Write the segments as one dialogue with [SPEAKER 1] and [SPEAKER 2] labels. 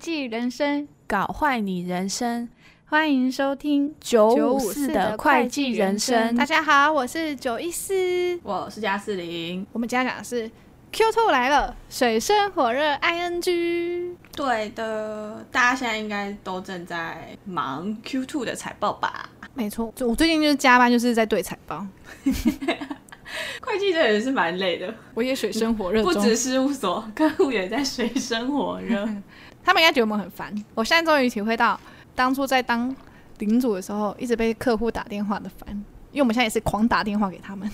[SPEAKER 1] 计人生，
[SPEAKER 2] 搞坏你人生
[SPEAKER 1] 欢迎收听
[SPEAKER 2] 九五
[SPEAKER 1] 954
[SPEAKER 2] 四的会计人生
[SPEAKER 1] 大。家好，我是九一四，
[SPEAKER 2] 我是加四零，
[SPEAKER 1] 我们今天讲的是 Q Two 来了，水深火热 ING。
[SPEAKER 3] 对的，大家现在应该都正在忙 Q two 的财报吧？
[SPEAKER 1] 没错，就我最近就是加班，就是在对财报，
[SPEAKER 3] 会计这也是蛮累的，
[SPEAKER 1] 我也水深火热
[SPEAKER 3] 不
[SPEAKER 1] 中。
[SPEAKER 3] 止事务所，客户也在水深火热。
[SPEAKER 1] 他们应该觉得我们很烦。我现在终于体会到，当初在当领主的时候，一直被客户打电话的烦，因为我们现在也是狂打电话给他们。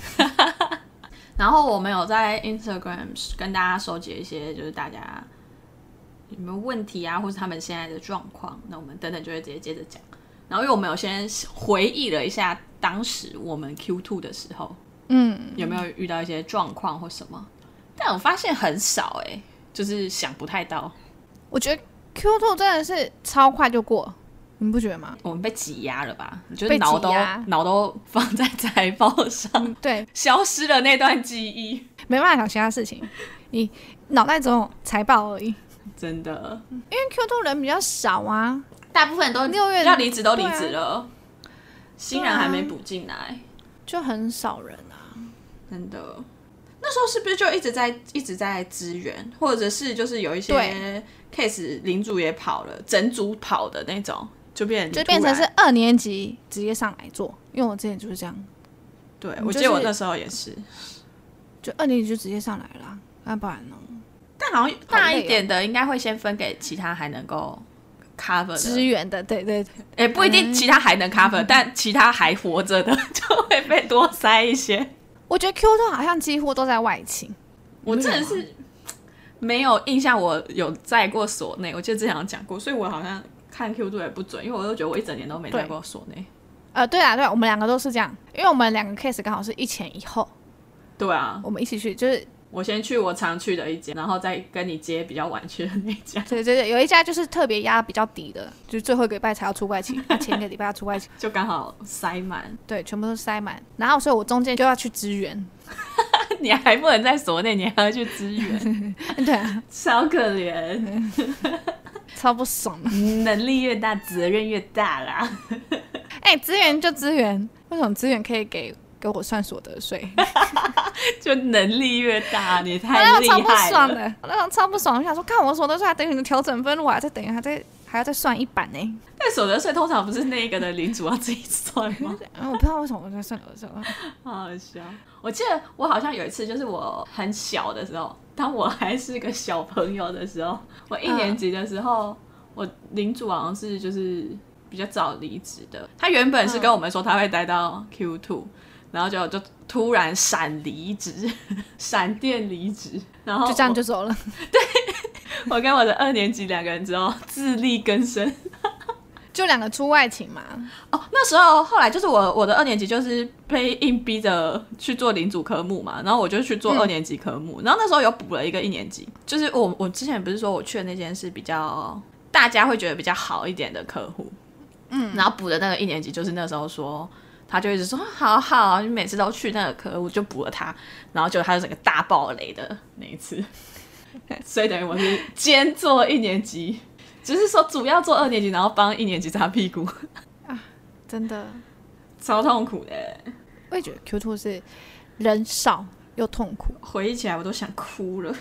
[SPEAKER 3] 然后我们有在 Instagram 跟大家收集一些，就是大家有没有问题啊，或是他们现在的状况，那我们等等就会直接接着讲。然后因为我们有先回忆了一下当时我们 Q two 的时候，
[SPEAKER 1] 嗯，
[SPEAKER 3] 有没有遇到一些状况或什么？但我发现很少哎、就是想不太到，
[SPEAKER 1] 我觉得 Q Two 真的是超快就过，你们不觉得吗？
[SPEAKER 3] 我们被挤压了吧？就是
[SPEAKER 1] 被
[SPEAKER 3] 脑
[SPEAKER 1] 挤
[SPEAKER 3] 都
[SPEAKER 1] 压
[SPEAKER 3] 脑都放在财报上，
[SPEAKER 1] 嗯，对，
[SPEAKER 3] 消失了那段记忆，
[SPEAKER 1] 没办法想其他事情，你脑袋只有财报而已。因
[SPEAKER 3] 真的，
[SPEAKER 1] 为 Q two 人比较少啊，
[SPEAKER 3] 大部分都
[SPEAKER 1] 六月
[SPEAKER 3] 要离职都离
[SPEAKER 1] 对啊
[SPEAKER 3] 职了，新人还没补进来，
[SPEAKER 1] 就很少人啊。
[SPEAKER 3] 真的。那时候是不是就一直在一直在支援，或者是就是有一些
[SPEAKER 1] 对
[SPEAKER 3] case 领主也跑了，整组跑的那种，就变
[SPEAKER 1] 就
[SPEAKER 3] 就
[SPEAKER 1] 变成是二年级直接上来做，因为我之前就是这样，
[SPEAKER 3] 对
[SPEAKER 1] 你
[SPEAKER 3] 我
[SPEAKER 1] 就
[SPEAKER 3] 记得我
[SPEAKER 1] 是
[SPEAKER 3] 那时候也是，
[SPEAKER 1] 就二年级就直接上来了啊，要不然呢？
[SPEAKER 3] 但好像大一点的应该会先分给其他还能够 cover 的
[SPEAKER 1] 支援的，对对对，
[SPEAKER 3] 也、不一定其他还能 cover，、但其他还活着的 就会被多塞一些。
[SPEAKER 1] 我觉得 Q two 好像几乎都在外勤，
[SPEAKER 3] 我真的是没有印象，我有在过所内，我记得之前好像讲过，所以我好像看 Q 度也不准，因为我都觉得我一整年都没在过所内。
[SPEAKER 1] 呃，对啊对啊，我们两个都是这样，因为我们两个 case 刚好是一前一后，
[SPEAKER 3] 对啊，
[SPEAKER 1] 我们一起去，就是
[SPEAKER 3] 我先去我常去的一间，然后再跟你接比较晚去的那一家，
[SPEAKER 1] 对对对，有一家就是特别压比较低的，就是最后一个礼拜才要出外勤，啊前一个礼拜要出外勤。
[SPEAKER 3] 就刚好塞满。
[SPEAKER 1] 对，全部都塞满。然后，所以我中间就要去支援。
[SPEAKER 3] 你还不能在所内，你还要去支援，
[SPEAKER 1] 对啊，
[SPEAKER 3] 超可怜。
[SPEAKER 1] 超不爽的。
[SPEAKER 3] 能力越大，责任越大啦。
[SPEAKER 1] 哎、支援就支援，为什么支援可以给给我算所得税？
[SPEAKER 3] 就能力越大，你 太
[SPEAKER 1] 那
[SPEAKER 3] 厉
[SPEAKER 1] 哎种超不
[SPEAKER 3] 害
[SPEAKER 1] 爽
[SPEAKER 3] 了。
[SPEAKER 1] 的，那种超不爽。我想说，看我所得税，还等你的调整分，我还在等，还在还要再算一版呢、
[SPEAKER 3] 但所得税通常不是那一个的领主要自己算吗？
[SPEAKER 1] 然后我不知道为什么我在算所得税。
[SPEAKER 3] 好好笑！我记得我好像有一次，就是我很小的时候，当我还是个小朋友的时候，我一年级的时候，我领主好像是就是比较早离职的。他原本是跟我们说他会待到 Q two，、然后就就突然闪离职， 闪电离职，然后
[SPEAKER 1] 就这样
[SPEAKER 3] 我
[SPEAKER 1] 就走了，
[SPEAKER 3] 我跟我的二年级两个人之后自力更生。
[SPEAKER 1] 就两个出外勤嘛。
[SPEAKER 3] 哦，那时候后来就是我我的二年级就是被硬逼着去做领主科目嘛，然后我就去做
[SPEAKER 1] 嗯
[SPEAKER 3] 二年级科目，然后那时候有补了一个一年级，就是我我之前不是说我去的那间是比较大家会觉得比较好一点的客户，嗯，然后补的那个一年级就是那时候说。他就一直说好好，你每次都去那个客户就补了他，然后就他就整个大爆雷的那一次， 所以等于我是兼做一年级，只、是说主要做二年级，然后帮一年级擦屁股。
[SPEAKER 1] 真的，
[SPEAKER 3] 超痛苦的，
[SPEAKER 1] 我也觉得 Q two 是人少又痛苦，
[SPEAKER 3] 回忆起来我都想哭了。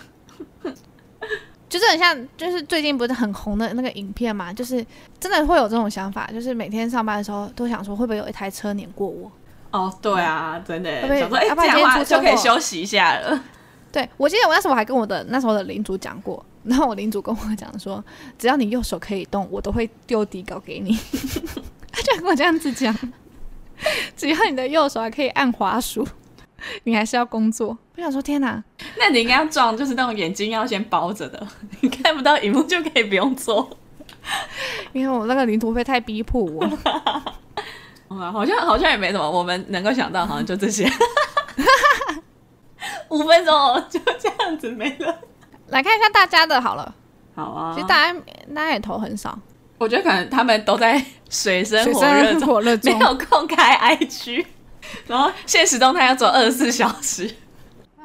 [SPEAKER 1] 就是很像，就是最近不是很红的那个影片嘛，就是真的会有这种想法，就是每天上班的时候都想说，会不会有一台车碾过我？
[SPEAKER 3] 哦，对啊，真的
[SPEAKER 1] 会不会
[SPEAKER 3] 想说，哎、
[SPEAKER 1] 要不
[SPEAKER 3] 这
[SPEAKER 1] 然
[SPEAKER 3] 样的话
[SPEAKER 1] 今天出车
[SPEAKER 3] 就
[SPEAKER 1] 祸
[SPEAKER 3] 可以休息一下了。
[SPEAKER 1] 对我记得我那时候我还跟我的那时候的领主讲过，然后我领主跟我讲说，只要你右手可以动，我都会丢底稿给你。 他就跟我这样子讲，只要你的右手还可以按滑鼠，你还是要工作。我想说，天哪，
[SPEAKER 3] 那你应该要装，就是那种眼睛要先包着的， 你看不到荧幕就可以不用做。
[SPEAKER 1] 因为我那个领主会不会太逼迫我了。
[SPEAKER 3] 好哦吧好像好像也没什么，我们能够想到好像就这些。 五分钟哦就这样子没了。
[SPEAKER 1] 来看一下大家的好了，
[SPEAKER 3] 好啊
[SPEAKER 1] 其实大家大家也投很少，
[SPEAKER 3] 我觉得可能他们都在水深
[SPEAKER 1] 水
[SPEAKER 3] 火热
[SPEAKER 1] 深
[SPEAKER 3] 中，
[SPEAKER 1] 火热
[SPEAKER 3] 没
[SPEAKER 1] 中。
[SPEAKER 3] 有空开 IG，然后现实动态要走二十四小时。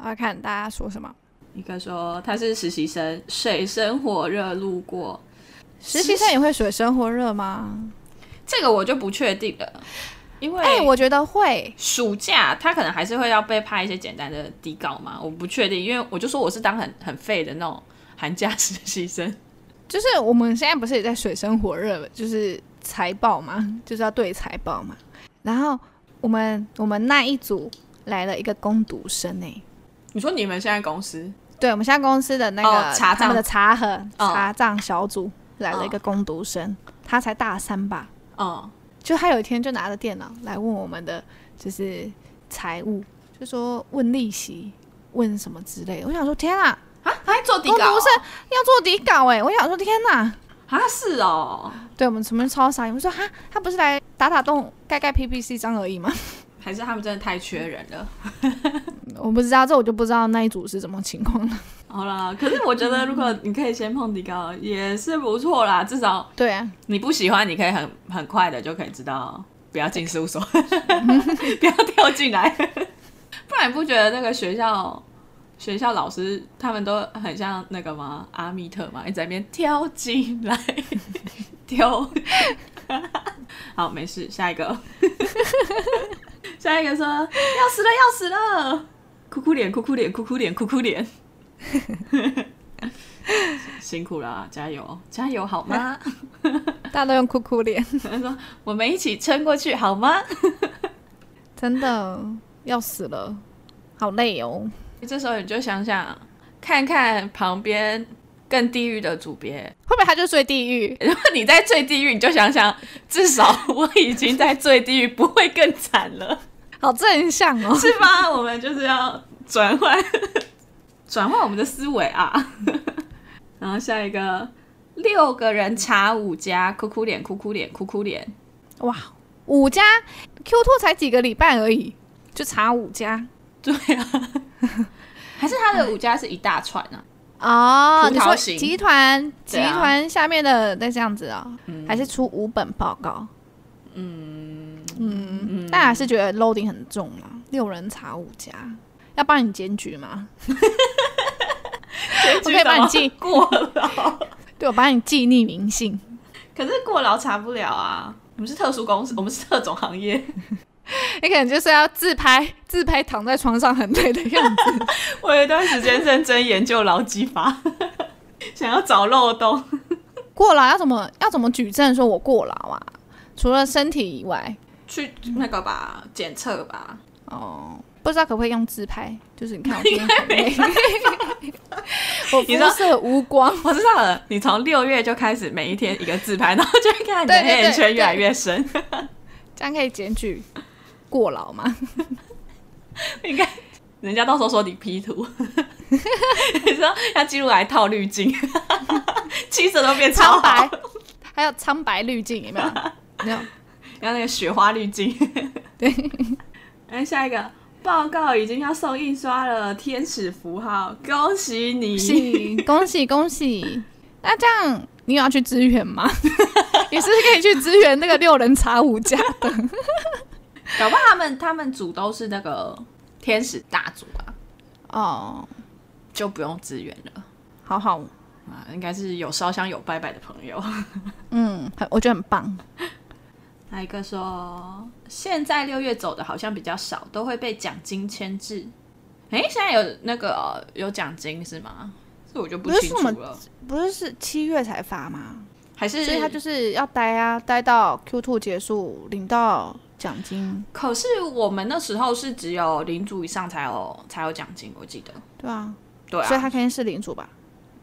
[SPEAKER 1] 我要看大家说什么。
[SPEAKER 3] 一个说他是实习生，水深火热路过，
[SPEAKER 1] 实习生也会水深火热吗？
[SPEAKER 3] 这个我就不确定了，因为
[SPEAKER 1] 哎、我觉得会。
[SPEAKER 3] 暑假他可能还是会要被派一些简单的底稿嘛，我不确定，因为我就说我是当很很废的那种寒假实习生，
[SPEAKER 1] 就是我们现在不是也在水深火热，就是财报嘛，就是要对财报嘛。然后我们我们那一组来了一个攻读生呢、
[SPEAKER 3] 你说你们现在公司
[SPEAKER 1] 对，我们现在公司的那个、
[SPEAKER 3] 哦查账
[SPEAKER 1] 他们的查核
[SPEAKER 3] 哦
[SPEAKER 1] 查账小组来了一个攻读生，他才大三吧，
[SPEAKER 3] 嗯，
[SPEAKER 1] 就他有一天就拿着电脑来问我们的就是财务，就说问利息，问什么之类的。我想说天啊，
[SPEAKER 3] 啊，他还做底
[SPEAKER 1] 攻
[SPEAKER 3] 稿
[SPEAKER 1] 读生要做底稿哎、我想说天哪、
[SPEAKER 3] 啊，是哦，
[SPEAKER 1] 对我们前面超傻眼，我们说哈，他不是来打打洞、盖盖 PPC 章而已吗？
[SPEAKER 3] 还是他们真的太缺人了。
[SPEAKER 1] 我不知道，这我就不知道那一组是什么情况 了。
[SPEAKER 3] 好啦，可是我觉得如果你可以先碰底稿也是不错啦，至少
[SPEAKER 1] 对啊，
[SPEAKER 3] 你不喜欢，你可以很很快的就可以知道，不要进事务所， 不要跳进来，不然你不觉得那个学校学校老师他们都很像那个吗？阿密特嘛，一直在那边跳进来，跳。好，没事，下一个，下一个说要死了，要死了，哭哭脸，哭哭脸，哭哭脸，哭哭脸。辛苦啦，加油，加油，好吗？
[SPEAKER 1] 大家都用哭哭脸，
[SPEAKER 3] 我们一起撑过去好吗？
[SPEAKER 1] 真的要死了，好累哦。
[SPEAKER 3] 这时候你就想想，看看旁边更地狱的组别。
[SPEAKER 1] 会不会他就睡地狱？
[SPEAKER 3] 如果你在最地狱，你就想想，至少我已经在最地狱，不会更惨了，
[SPEAKER 1] 好正向哦。
[SPEAKER 3] 是吧？我们就是要转换， 转换我们的思维啊。 然后下一个，六个人查五家，哭哭脸，哭哭脸，哭哭脸。
[SPEAKER 1] 哇，五家 Q two 才几个礼拜而已，就差五家
[SPEAKER 3] 对 啊，还是他的五家是一大串 啊？
[SPEAKER 1] 哦
[SPEAKER 3] 葡
[SPEAKER 1] 你
[SPEAKER 3] 萄
[SPEAKER 1] 说
[SPEAKER 3] 型
[SPEAKER 1] 集团集
[SPEAKER 3] 对啊嗯
[SPEAKER 1] 团下面的那这样子啊、还是出五本报告？嗯嗯，但还是觉得 loading 很重啊，六人查五家，要帮你检举吗？我可以帮你记，
[SPEAKER 3] 过了。
[SPEAKER 1] 对我帮你记匿名信。
[SPEAKER 3] 可是过劳查不了啊，我们是特殊公司，我们是特种行业，
[SPEAKER 1] 你可能就是要自拍，自拍躺在床上很累的样 子。
[SPEAKER 3] 我有一段时间认真研究劳基法， 想要找漏洞。
[SPEAKER 1] 过劳要怎么要怎么举证说我过劳啊？除了身体以外，
[SPEAKER 3] 去那个吧，检测吧。
[SPEAKER 1] 哦，不知道可不可以用自拍？就是你看我今天很累，我
[SPEAKER 3] 你知道
[SPEAKER 1] 肤色无光。
[SPEAKER 3] 我知道了，你从六月就开始每一天一个自拍，然后就会看你的
[SPEAKER 1] 对对
[SPEAKER 3] 黑眼
[SPEAKER 1] 对
[SPEAKER 3] 圈越来
[SPEAKER 1] 对
[SPEAKER 3] 越深。
[SPEAKER 1] 这样可以检举过劳 吗？
[SPEAKER 3] 应该人家到时候说你 P 图， 你说要记录来套滤镜， 气色都变超
[SPEAKER 1] 苍
[SPEAKER 3] 白
[SPEAKER 1] 白，，还有苍白滤镜，有没有？ 没有。
[SPEAKER 3] 然后那个雪花滤镜。
[SPEAKER 1] 对，
[SPEAKER 3] 哎，下一个报告已经要送印刷了，天使符号，恭喜你！
[SPEAKER 1] 是恭喜恭喜！那这样你有要去支援 吗？也是可以去支援那个六人茶五家的。
[SPEAKER 3] 搞不好他们他们组都是那个天使大组啊，
[SPEAKER 1] 哦，
[SPEAKER 3] 就不用支援了
[SPEAKER 1] 好好，
[SPEAKER 3] 啊，应该是有烧香有拜拜的朋友。
[SPEAKER 1] 嗯，很我觉得很棒。
[SPEAKER 3] 还有一个说，现在六月走的好像比较少，都会被奖金牵制。哎，现在有那个、呃有奖金是吗？这我就不
[SPEAKER 1] 不是
[SPEAKER 3] 清楚
[SPEAKER 1] 我们
[SPEAKER 3] 了。
[SPEAKER 1] 不是是七月才发吗？
[SPEAKER 3] 还是
[SPEAKER 1] 所以他就是要待啊，待到 Q two 结束领到奖金。
[SPEAKER 3] 可是我们那时候是只有领主以上才有才有奖金，我记得。
[SPEAKER 1] 对啊，
[SPEAKER 3] 对
[SPEAKER 1] 所以
[SPEAKER 3] 啊，
[SPEAKER 1] 他肯定是领主吧？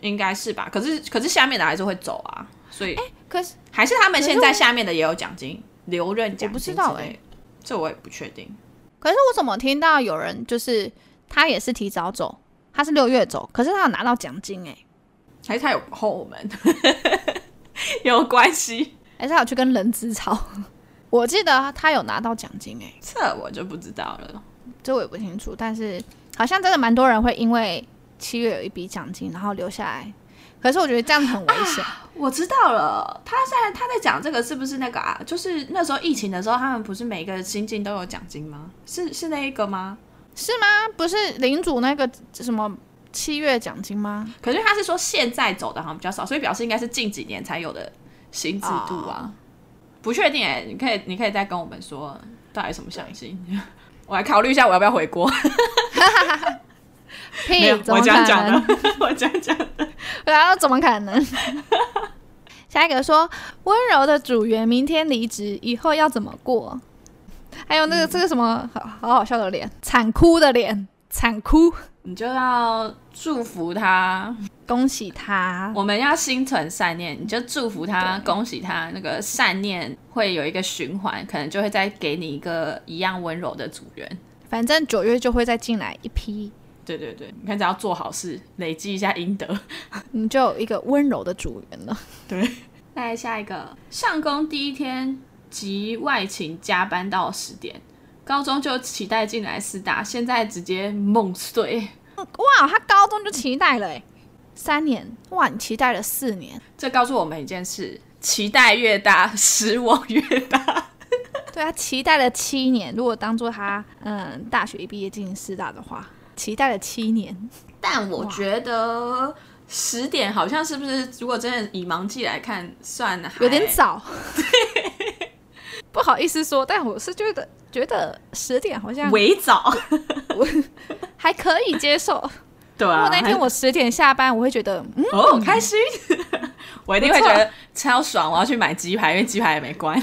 [SPEAKER 3] 应该是吧？可是可是下面的还是会走啊，所以
[SPEAKER 1] 可是
[SPEAKER 3] 还是他们
[SPEAKER 1] 可是
[SPEAKER 3] 现在下面的也有奖金，留任奖金
[SPEAKER 1] 我不知道
[SPEAKER 3] 哎、
[SPEAKER 1] 欸
[SPEAKER 3] 这我也不确定。
[SPEAKER 1] 可是我怎么听到有人就是他也是提早走，他是六月走，可是他有拿到奖金哎、
[SPEAKER 3] 还是他有后门 有关系，
[SPEAKER 1] 还是他有去跟人资吵？ 我记得他有拿到奖金哎、
[SPEAKER 3] 这我就不知道了。
[SPEAKER 1] 这我也不清楚，但是好像真的蛮多人会因为七月有一笔奖金然后留下来，可是我觉得这样很危险。
[SPEAKER 3] 我知道了，他在他在讲这个是不是那个啊？就是那时候疫情的时候，他们不是每个新进都有奖金吗？是是那一个吗？
[SPEAKER 1] 是吗？不是领主那个什么七月奖金吗？
[SPEAKER 3] 可是他是说现在走的好像比较少，所以表示应该是近几年才有的新制度啊。不确定哎、你可以你可以再跟我们说到底什么详情。 我来考虑一下，我要不要回 国？没
[SPEAKER 1] 屁
[SPEAKER 3] 有，，
[SPEAKER 1] 怎
[SPEAKER 3] 我
[SPEAKER 1] 么
[SPEAKER 3] 这
[SPEAKER 1] 可
[SPEAKER 3] 样讲
[SPEAKER 1] 能？
[SPEAKER 3] 的， 我这样讲的。
[SPEAKER 1] 然后啊怎么可能？ 下一个说温柔的组员明天离职，以后要怎么过？还有那个、这个什么好好好笑的脸，惨哭的脸，惨哭，
[SPEAKER 3] 你就要祝福他，
[SPEAKER 1] 恭喜他！
[SPEAKER 3] 我们要心存善念，你就祝福他，恭喜他。那个善念会有一个循环，可能就会再给你一个一样温柔的组员。
[SPEAKER 1] 反正九月就会再进来一批，
[SPEAKER 3] 对对对，你看只要做好事，累积一下阴德。
[SPEAKER 1] 你就有一个温柔的组员了。
[SPEAKER 3] 再下一个，上工第一天及外勤加班到十点，高中就期待进来师大，现在直接梦碎。
[SPEAKER 1] 哇，他高中就期待了欸，三年，哇，你期待了四年，
[SPEAKER 3] 这告诉我们一件事：期待越大，失望越大。
[SPEAKER 1] 对他期待了七年。如果当做他嗯大学一毕业进师大的话，期待了七年，
[SPEAKER 3] 但我觉得十点好像是不是？如果真的以忙季来看，算还
[SPEAKER 1] 有点。 早。不好意思说，但我是觉得觉得十点好像
[SPEAKER 3] 微早，
[SPEAKER 1] 还可以接 受。
[SPEAKER 3] 对
[SPEAKER 1] 如
[SPEAKER 3] 啊。
[SPEAKER 1] 果那天我十点下班，我会觉得嗯
[SPEAKER 3] 哦开心， 我一定会
[SPEAKER 1] 不
[SPEAKER 3] 觉
[SPEAKER 1] 错
[SPEAKER 3] 得超爽，我要去买鸡排，因为鸡排也没关。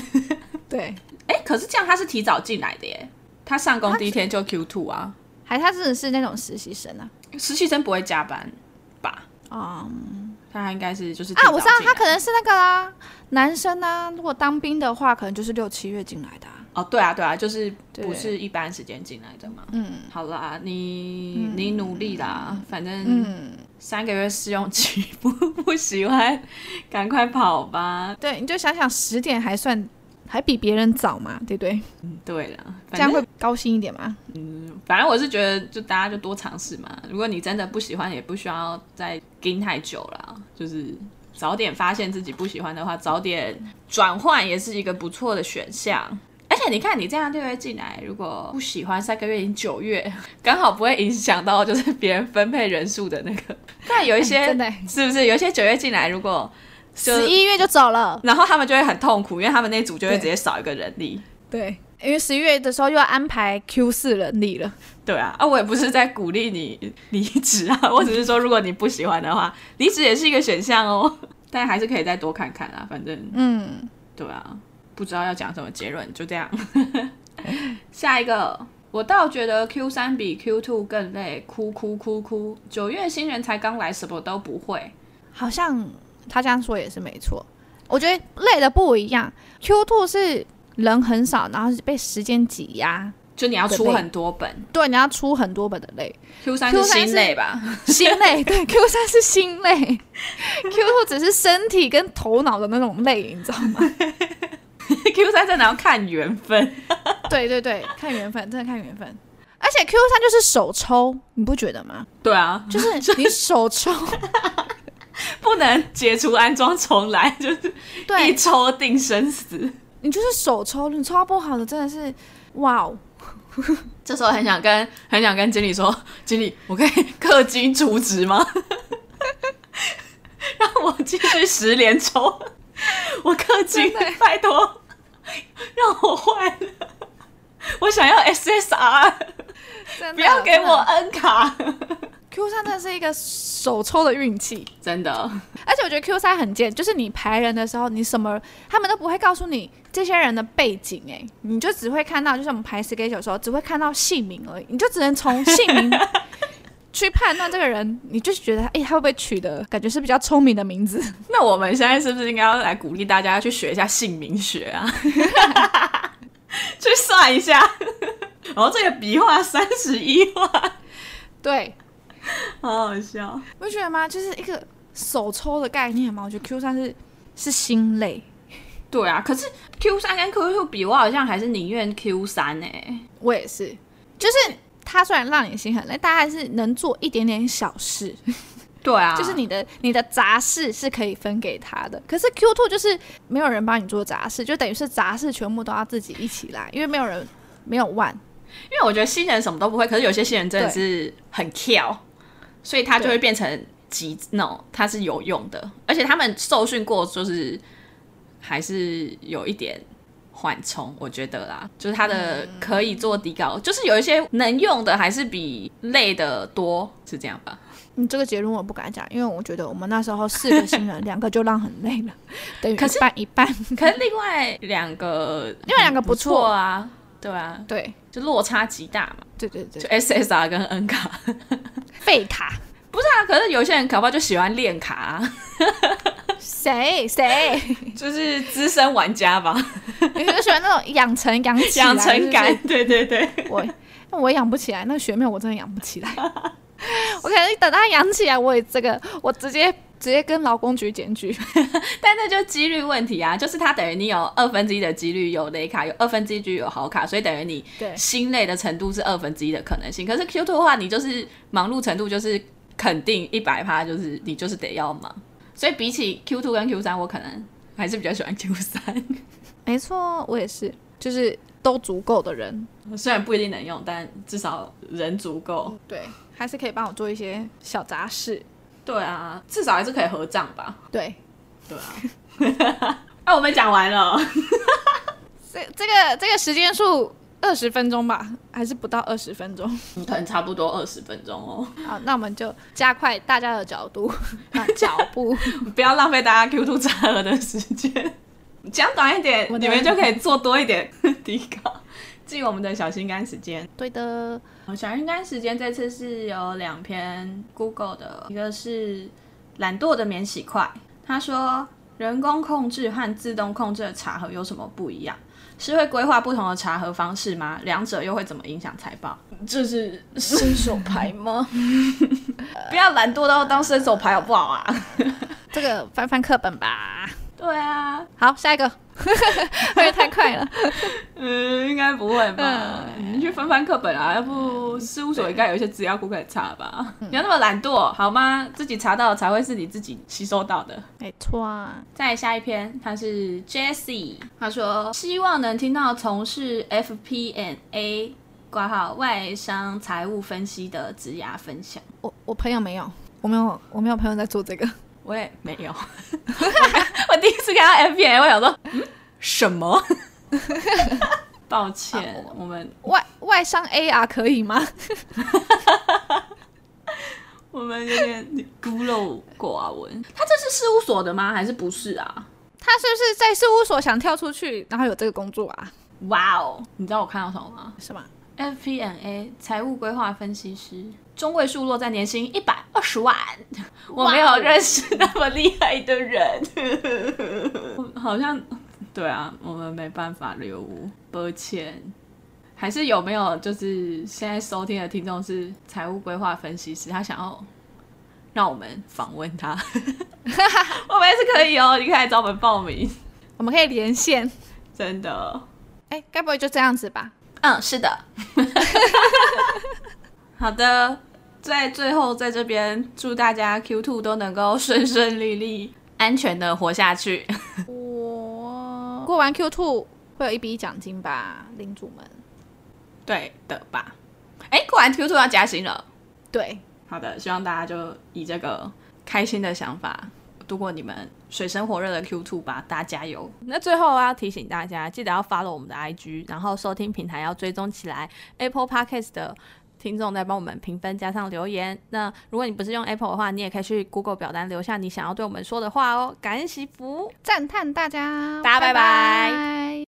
[SPEAKER 1] 对，
[SPEAKER 3] 哎、可是这样他是提早进来的耶，他上工第一天就 Q two 啊，
[SPEAKER 1] 还他真的是那种实习生啊。
[SPEAKER 3] 实习生不会加班吧？
[SPEAKER 1] 嗯
[SPEAKER 3] 他应该是就是提
[SPEAKER 1] 啊，
[SPEAKER 3] 早
[SPEAKER 1] 我知道
[SPEAKER 3] 进
[SPEAKER 1] 他
[SPEAKER 3] 来
[SPEAKER 1] 可能是那个啊，男生啊，如果当兵的话，可能就是六七月进来的、啊。
[SPEAKER 3] 哦，对啊对啊，就是
[SPEAKER 1] 对
[SPEAKER 3] 不是一般时间进来的嘛。
[SPEAKER 1] 嗯
[SPEAKER 3] 好啦，你你努力啦，反正
[SPEAKER 1] 嗯，
[SPEAKER 3] 三个月试用期 不不喜欢，赶快跑吧。
[SPEAKER 1] 对，你就想想十点还算还比别人早嘛，对不对？
[SPEAKER 3] 对啦，
[SPEAKER 1] 这
[SPEAKER 3] 反
[SPEAKER 1] 样
[SPEAKER 3] 正
[SPEAKER 1] 会高兴一点嘛。
[SPEAKER 3] 反正我是觉得就大家就多尝试嘛。如果你真的不喜欢，也不需要再盯太久啦，就是早点发现自己不喜欢的话，早点转换也是一个不错的选项。而且你看，你这样六月进来，如果不喜欢三个月，已经九月，刚好不会影响到就是别人分配人数的那个。 但有一些、
[SPEAKER 1] 哎真的哎
[SPEAKER 3] 是不是有一些九月进来，如果就
[SPEAKER 1] 十一月就走了，
[SPEAKER 3] 然后他们就会很痛苦，因为他们那组就会
[SPEAKER 1] 对
[SPEAKER 3] 直接少一个人力。
[SPEAKER 1] 对，因为十一月的时候又要安排 Q 四人力了。
[SPEAKER 3] 对啊，啊，我也不是在鼓励你离职啊，我只是说，如果你不喜欢的话，离职也是一个选项哦， 但还是可以再多看看啊，反正
[SPEAKER 1] 嗯，
[SPEAKER 3] 对啊，不知道要讲什么结论，就这样。 下一个，我倒觉得 Q 三比 Q two 更累，哭哭哭哭。九月新人才刚来，什么都不会。
[SPEAKER 1] 好像他这样说也是没错。我觉得累的不一样，Q two 是人很少，然后是被时间挤压，
[SPEAKER 3] 就你要
[SPEAKER 1] 对
[SPEAKER 3] 出
[SPEAKER 1] 累
[SPEAKER 3] 很多本
[SPEAKER 1] 对，你要出很多本的累。
[SPEAKER 3] ，Q 三
[SPEAKER 1] Q
[SPEAKER 3] 是
[SPEAKER 1] 三
[SPEAKER 3] 心
[SPEAKER 1] 是
[SPEAKER 3] 累吧？
[SPEAKER 1] 心 累，对，Q 三是心累，Q two 只是身体跟头脑的那种累，你知道吗？
[SPEAKER 3] Q 三真的要看缘分。
[SPEAKER 1] 对对对，看缘分，真的看缘分。而且 Q 三就是手抽，你不觉得吗？
[SPEAKER 3] 对啊，
[SPEAKER 1] 就是你手 抽，
[SPEAKER 3] 不能解除安装重来，就是一
[SPEAKER 1] 对
[SPEAKER 3] 抽定生死。
[SPEAKER 1] 你就是手抽，你抽到不好的真的是，哇哦！
[SPEAKER 3] 这时候很想跟很想跟经理说，经理，我可以氪金除职吗？ 让我继续十连抽，我氪金
[SPEAKER 1] 真的，
[SPEAKER 3] 拜托，让我换了，我想要 SSR，
[SPEAKER 1] 真的
[SPEAKER 3] 不要给我 N 卡，
[SPEAKER 1] Q 三，真的是一个手抽的运气。
[SPEAKER 3] 真的，
[SPEAKER 1] 而且我觉得 Q 三很贱，就是你排人的时候，你什么他们都不会告诉你这些人的背景、欸，你就只会看到，就是我们排 schedule 的时候，只会看到姓名而已，你就只能从姓名 去判断这个人，你就觉得，哎、他会不会取的感觉是比较聪明的名字？
[SPEAKER 3] 那我们现在是不是应该要来鼓励大家去学一下姓名学啊？ 去算一下，然后这个笔画三十一画，
[SPEAKER 1] 对，
[SPEAKER 3] 好好笑。
[SPEAKER 1] 你不觉得吗？就是一个手抽的概念嘛。我觉得 Q 三是是心累，
[SPEAKER 3] 对啊，可是 Q 三跟 Q two 比，我好像还是宁愿 Q 三欸呢、
[SPEAKER 1] 我也是，就是他虽然让你心很累，但还是能做一点点小事。
[SPEAKER 3] 对啊，
[SPEAKER 1] 就是你的你的杂事是可以分给他的，可是 Q two 就是没有人帮你做杂事，就等于是杂事全部都要自己一起来，因为没有人没有 one，
[SPEAKER 3] 因为我觉得新人什么都不会，可是有些新人真的是很跳，所以它就会变成极 no，它是有用的，而且他们受训过，就是还是有一点缓冲，我觉得啦，就是它的可以做底
[SPEAKER 1] 嗯
[SPEAKER 3] 稿，就是有一些能用的还是比累的多，是这样吧？
[SPEAKER 1] 你这个结论我不敢讲，因为我觉得我们那时候四个新人，两个就让很累了，等于
[SPEAKER 3] 可是
[SPEAKER 1] 一半一半，
[SPEAKER 3] 可是另外两个
[SPEAKER 1] 因为两个不错
[SPEAKER 3] 错啊，对啊，
[SPEAKER 1] 对
[SPEAKER 3] 就落差极大嘛，
[SPEAKER 1] 对对
[SPEAKER 3] 就
[SPEAKER 1] 对，
[SPEAKER 3] SSR 跟 N 卡。
[SPEAKER 1] 废卡，
[SPEAKER 3] 那可是有些人搞不好就喜欢练 卡、啊，
[SPEAKER 1] 谁谁？
[SPEAKER 3] 就是资深玩家吧，
[SPEAKER 1] 你就喜欢那种养成养起来
[SPEAKER 3] 养成感，对对对。
[SPEAKER 1] 就是我那我养不起来，那个学妹我真的养不起来。 我可能等她养起来，我也这个，我直接直接跟劳工局检举。
[SPEAKER 3] 但那就几率问题啊，就是它等于你有二分之一的几率有雷卡，有二分之一有好卡，所以等于你
[SPEAKER 1] 对
[SPEAKER 3] 心累的程度是二分之一的可能性。可是 Q two 的话，你就是忙碌程度就是肯定一百趴，就是你就是得要忙。所以比起 Q two 跟 Q 三，我可能还是比较喜欢 Q 三，
[SPEAKER 1] 没错，哦我也是，就是都足够的人，
[SPEAKER 3] 虽然不一定能用，但至少人足够。
[SPEAKER 1] 对，还是可以帮我做一些小杂事。
[SPEAKER 3] 对啊，至少还是可以合账吧。
[SPEAKER 1] 对，
[SPEAKER 3] 对啊。 那、我们讲完 了，
[SPEAKER 1] 这这个这个时间数二十分钟吧，还是不到二十分 钟。
[SPEAKER 3] 可能差不多二十分钟哦，
[SPEAKER 1] 好，那我们就加快大家的角度， 啊脚 步。
[SPEAKER 3] 不要浪费大家 Q two 炸了的时间，讲短一点，
[SPEAKER 1] 我的
[SPEAKER 3] 你们就可以做多一点 底稿，记我们的小心肝时间。
[SPEAKER 1] 对的，
[SPEAKER 3] 小心肝时间这次是有两篇 Google 的，一个是懒惰的免洗块，他说人工控制和自动控制的茶盒有什么不一样？是会规划不同的茶盒方式吗？两者又会怎么影响财报？就是伸手牌吗？ 不要懒惰到当伸手牌好不好啊？
[SPEAKER 1] 这个翻翻课本吧。
[SPEAKER 3] 对啊，
[SPEAKER 1] 好，下一个，会不会太快了？
[SPEAKER 3] 嗯，应该不会吧？你去翻翻课本啊，要不事务所应该有一些资料库可以查吧？不要那么懒惰好吗？自己查到的才会是你自己吸收到的。
[SPEAKER 1] 没错啊，
[SPEAKER 3] 再下一篇，他是 Jesse，他说希望能听到从事 FP&A 挂号外商财务分析的职涯分享。
[SPEAKER 1] 我我朋友没有，我没有，我没有朋友在做这个。
[SPEAKER 3] 我也没有， 我我第一次看到 FP&A，我想说，嗯，什么？抱歉，我们
[SPEAKER 1] 外外商 AR 可以吗？
[SPEAKER 3] 我们有点孤陋寡闻。他这是事务所的吗？还是不是啊？
[SPEAKER 1] 他是不是在事务所想跳出去，然后有这个工作啊？
[SPEAKER 3] 哇哦！你知道我看到什么吗
[SPEAKER 1] 是吗？
[SPEAKER 3] ？FP&A 财务规划分析师，中位数落在年薪一百二十万。我没有认识那么厉害的人，好像对啊，我们没办法留无，抱歉。还是有没有就是现在收听的听众是财务规划分析师，他想要让我们访问他，我们也是可以哦，你可以来找我们报名，
[SPEAKER 1] 我们可以连线。
[SPEAKER 3] 真的。
[SPEAKER 1] 哎，该不会就这样子吧？
[SPEAKER 3] 嗯，是的。 好的，在最后在这边祝大家 Q two 都能够顺顺利利、安全的活下去。
[SPEAKER 1] 我过完 Q two 会有一笔奖金吧，领主们。
[SPEAKER 3] 对的吧？哎，果然 Q two 要加薪了。
[SPEAKER 1] 对，
[SPEAKER 3] 好的，希望大家就以这个开心的想法度过你们水深火热的 Q two 吧，大家加油！那最后要提醒大家，记得要 follow 我们的 IG，然后收听平台要追踪起来。Apple Podcast 的听众在帮我们评分加上留言。那如果你不是用 Apple 的话，你也可以去 Google 表单留下你想要对我们说的话哦。感恩惜福。
[SPEAKER 1] 赞叹大家，
[SPEAKER 3] 大家拜拜
[SPEAKER 1] 拜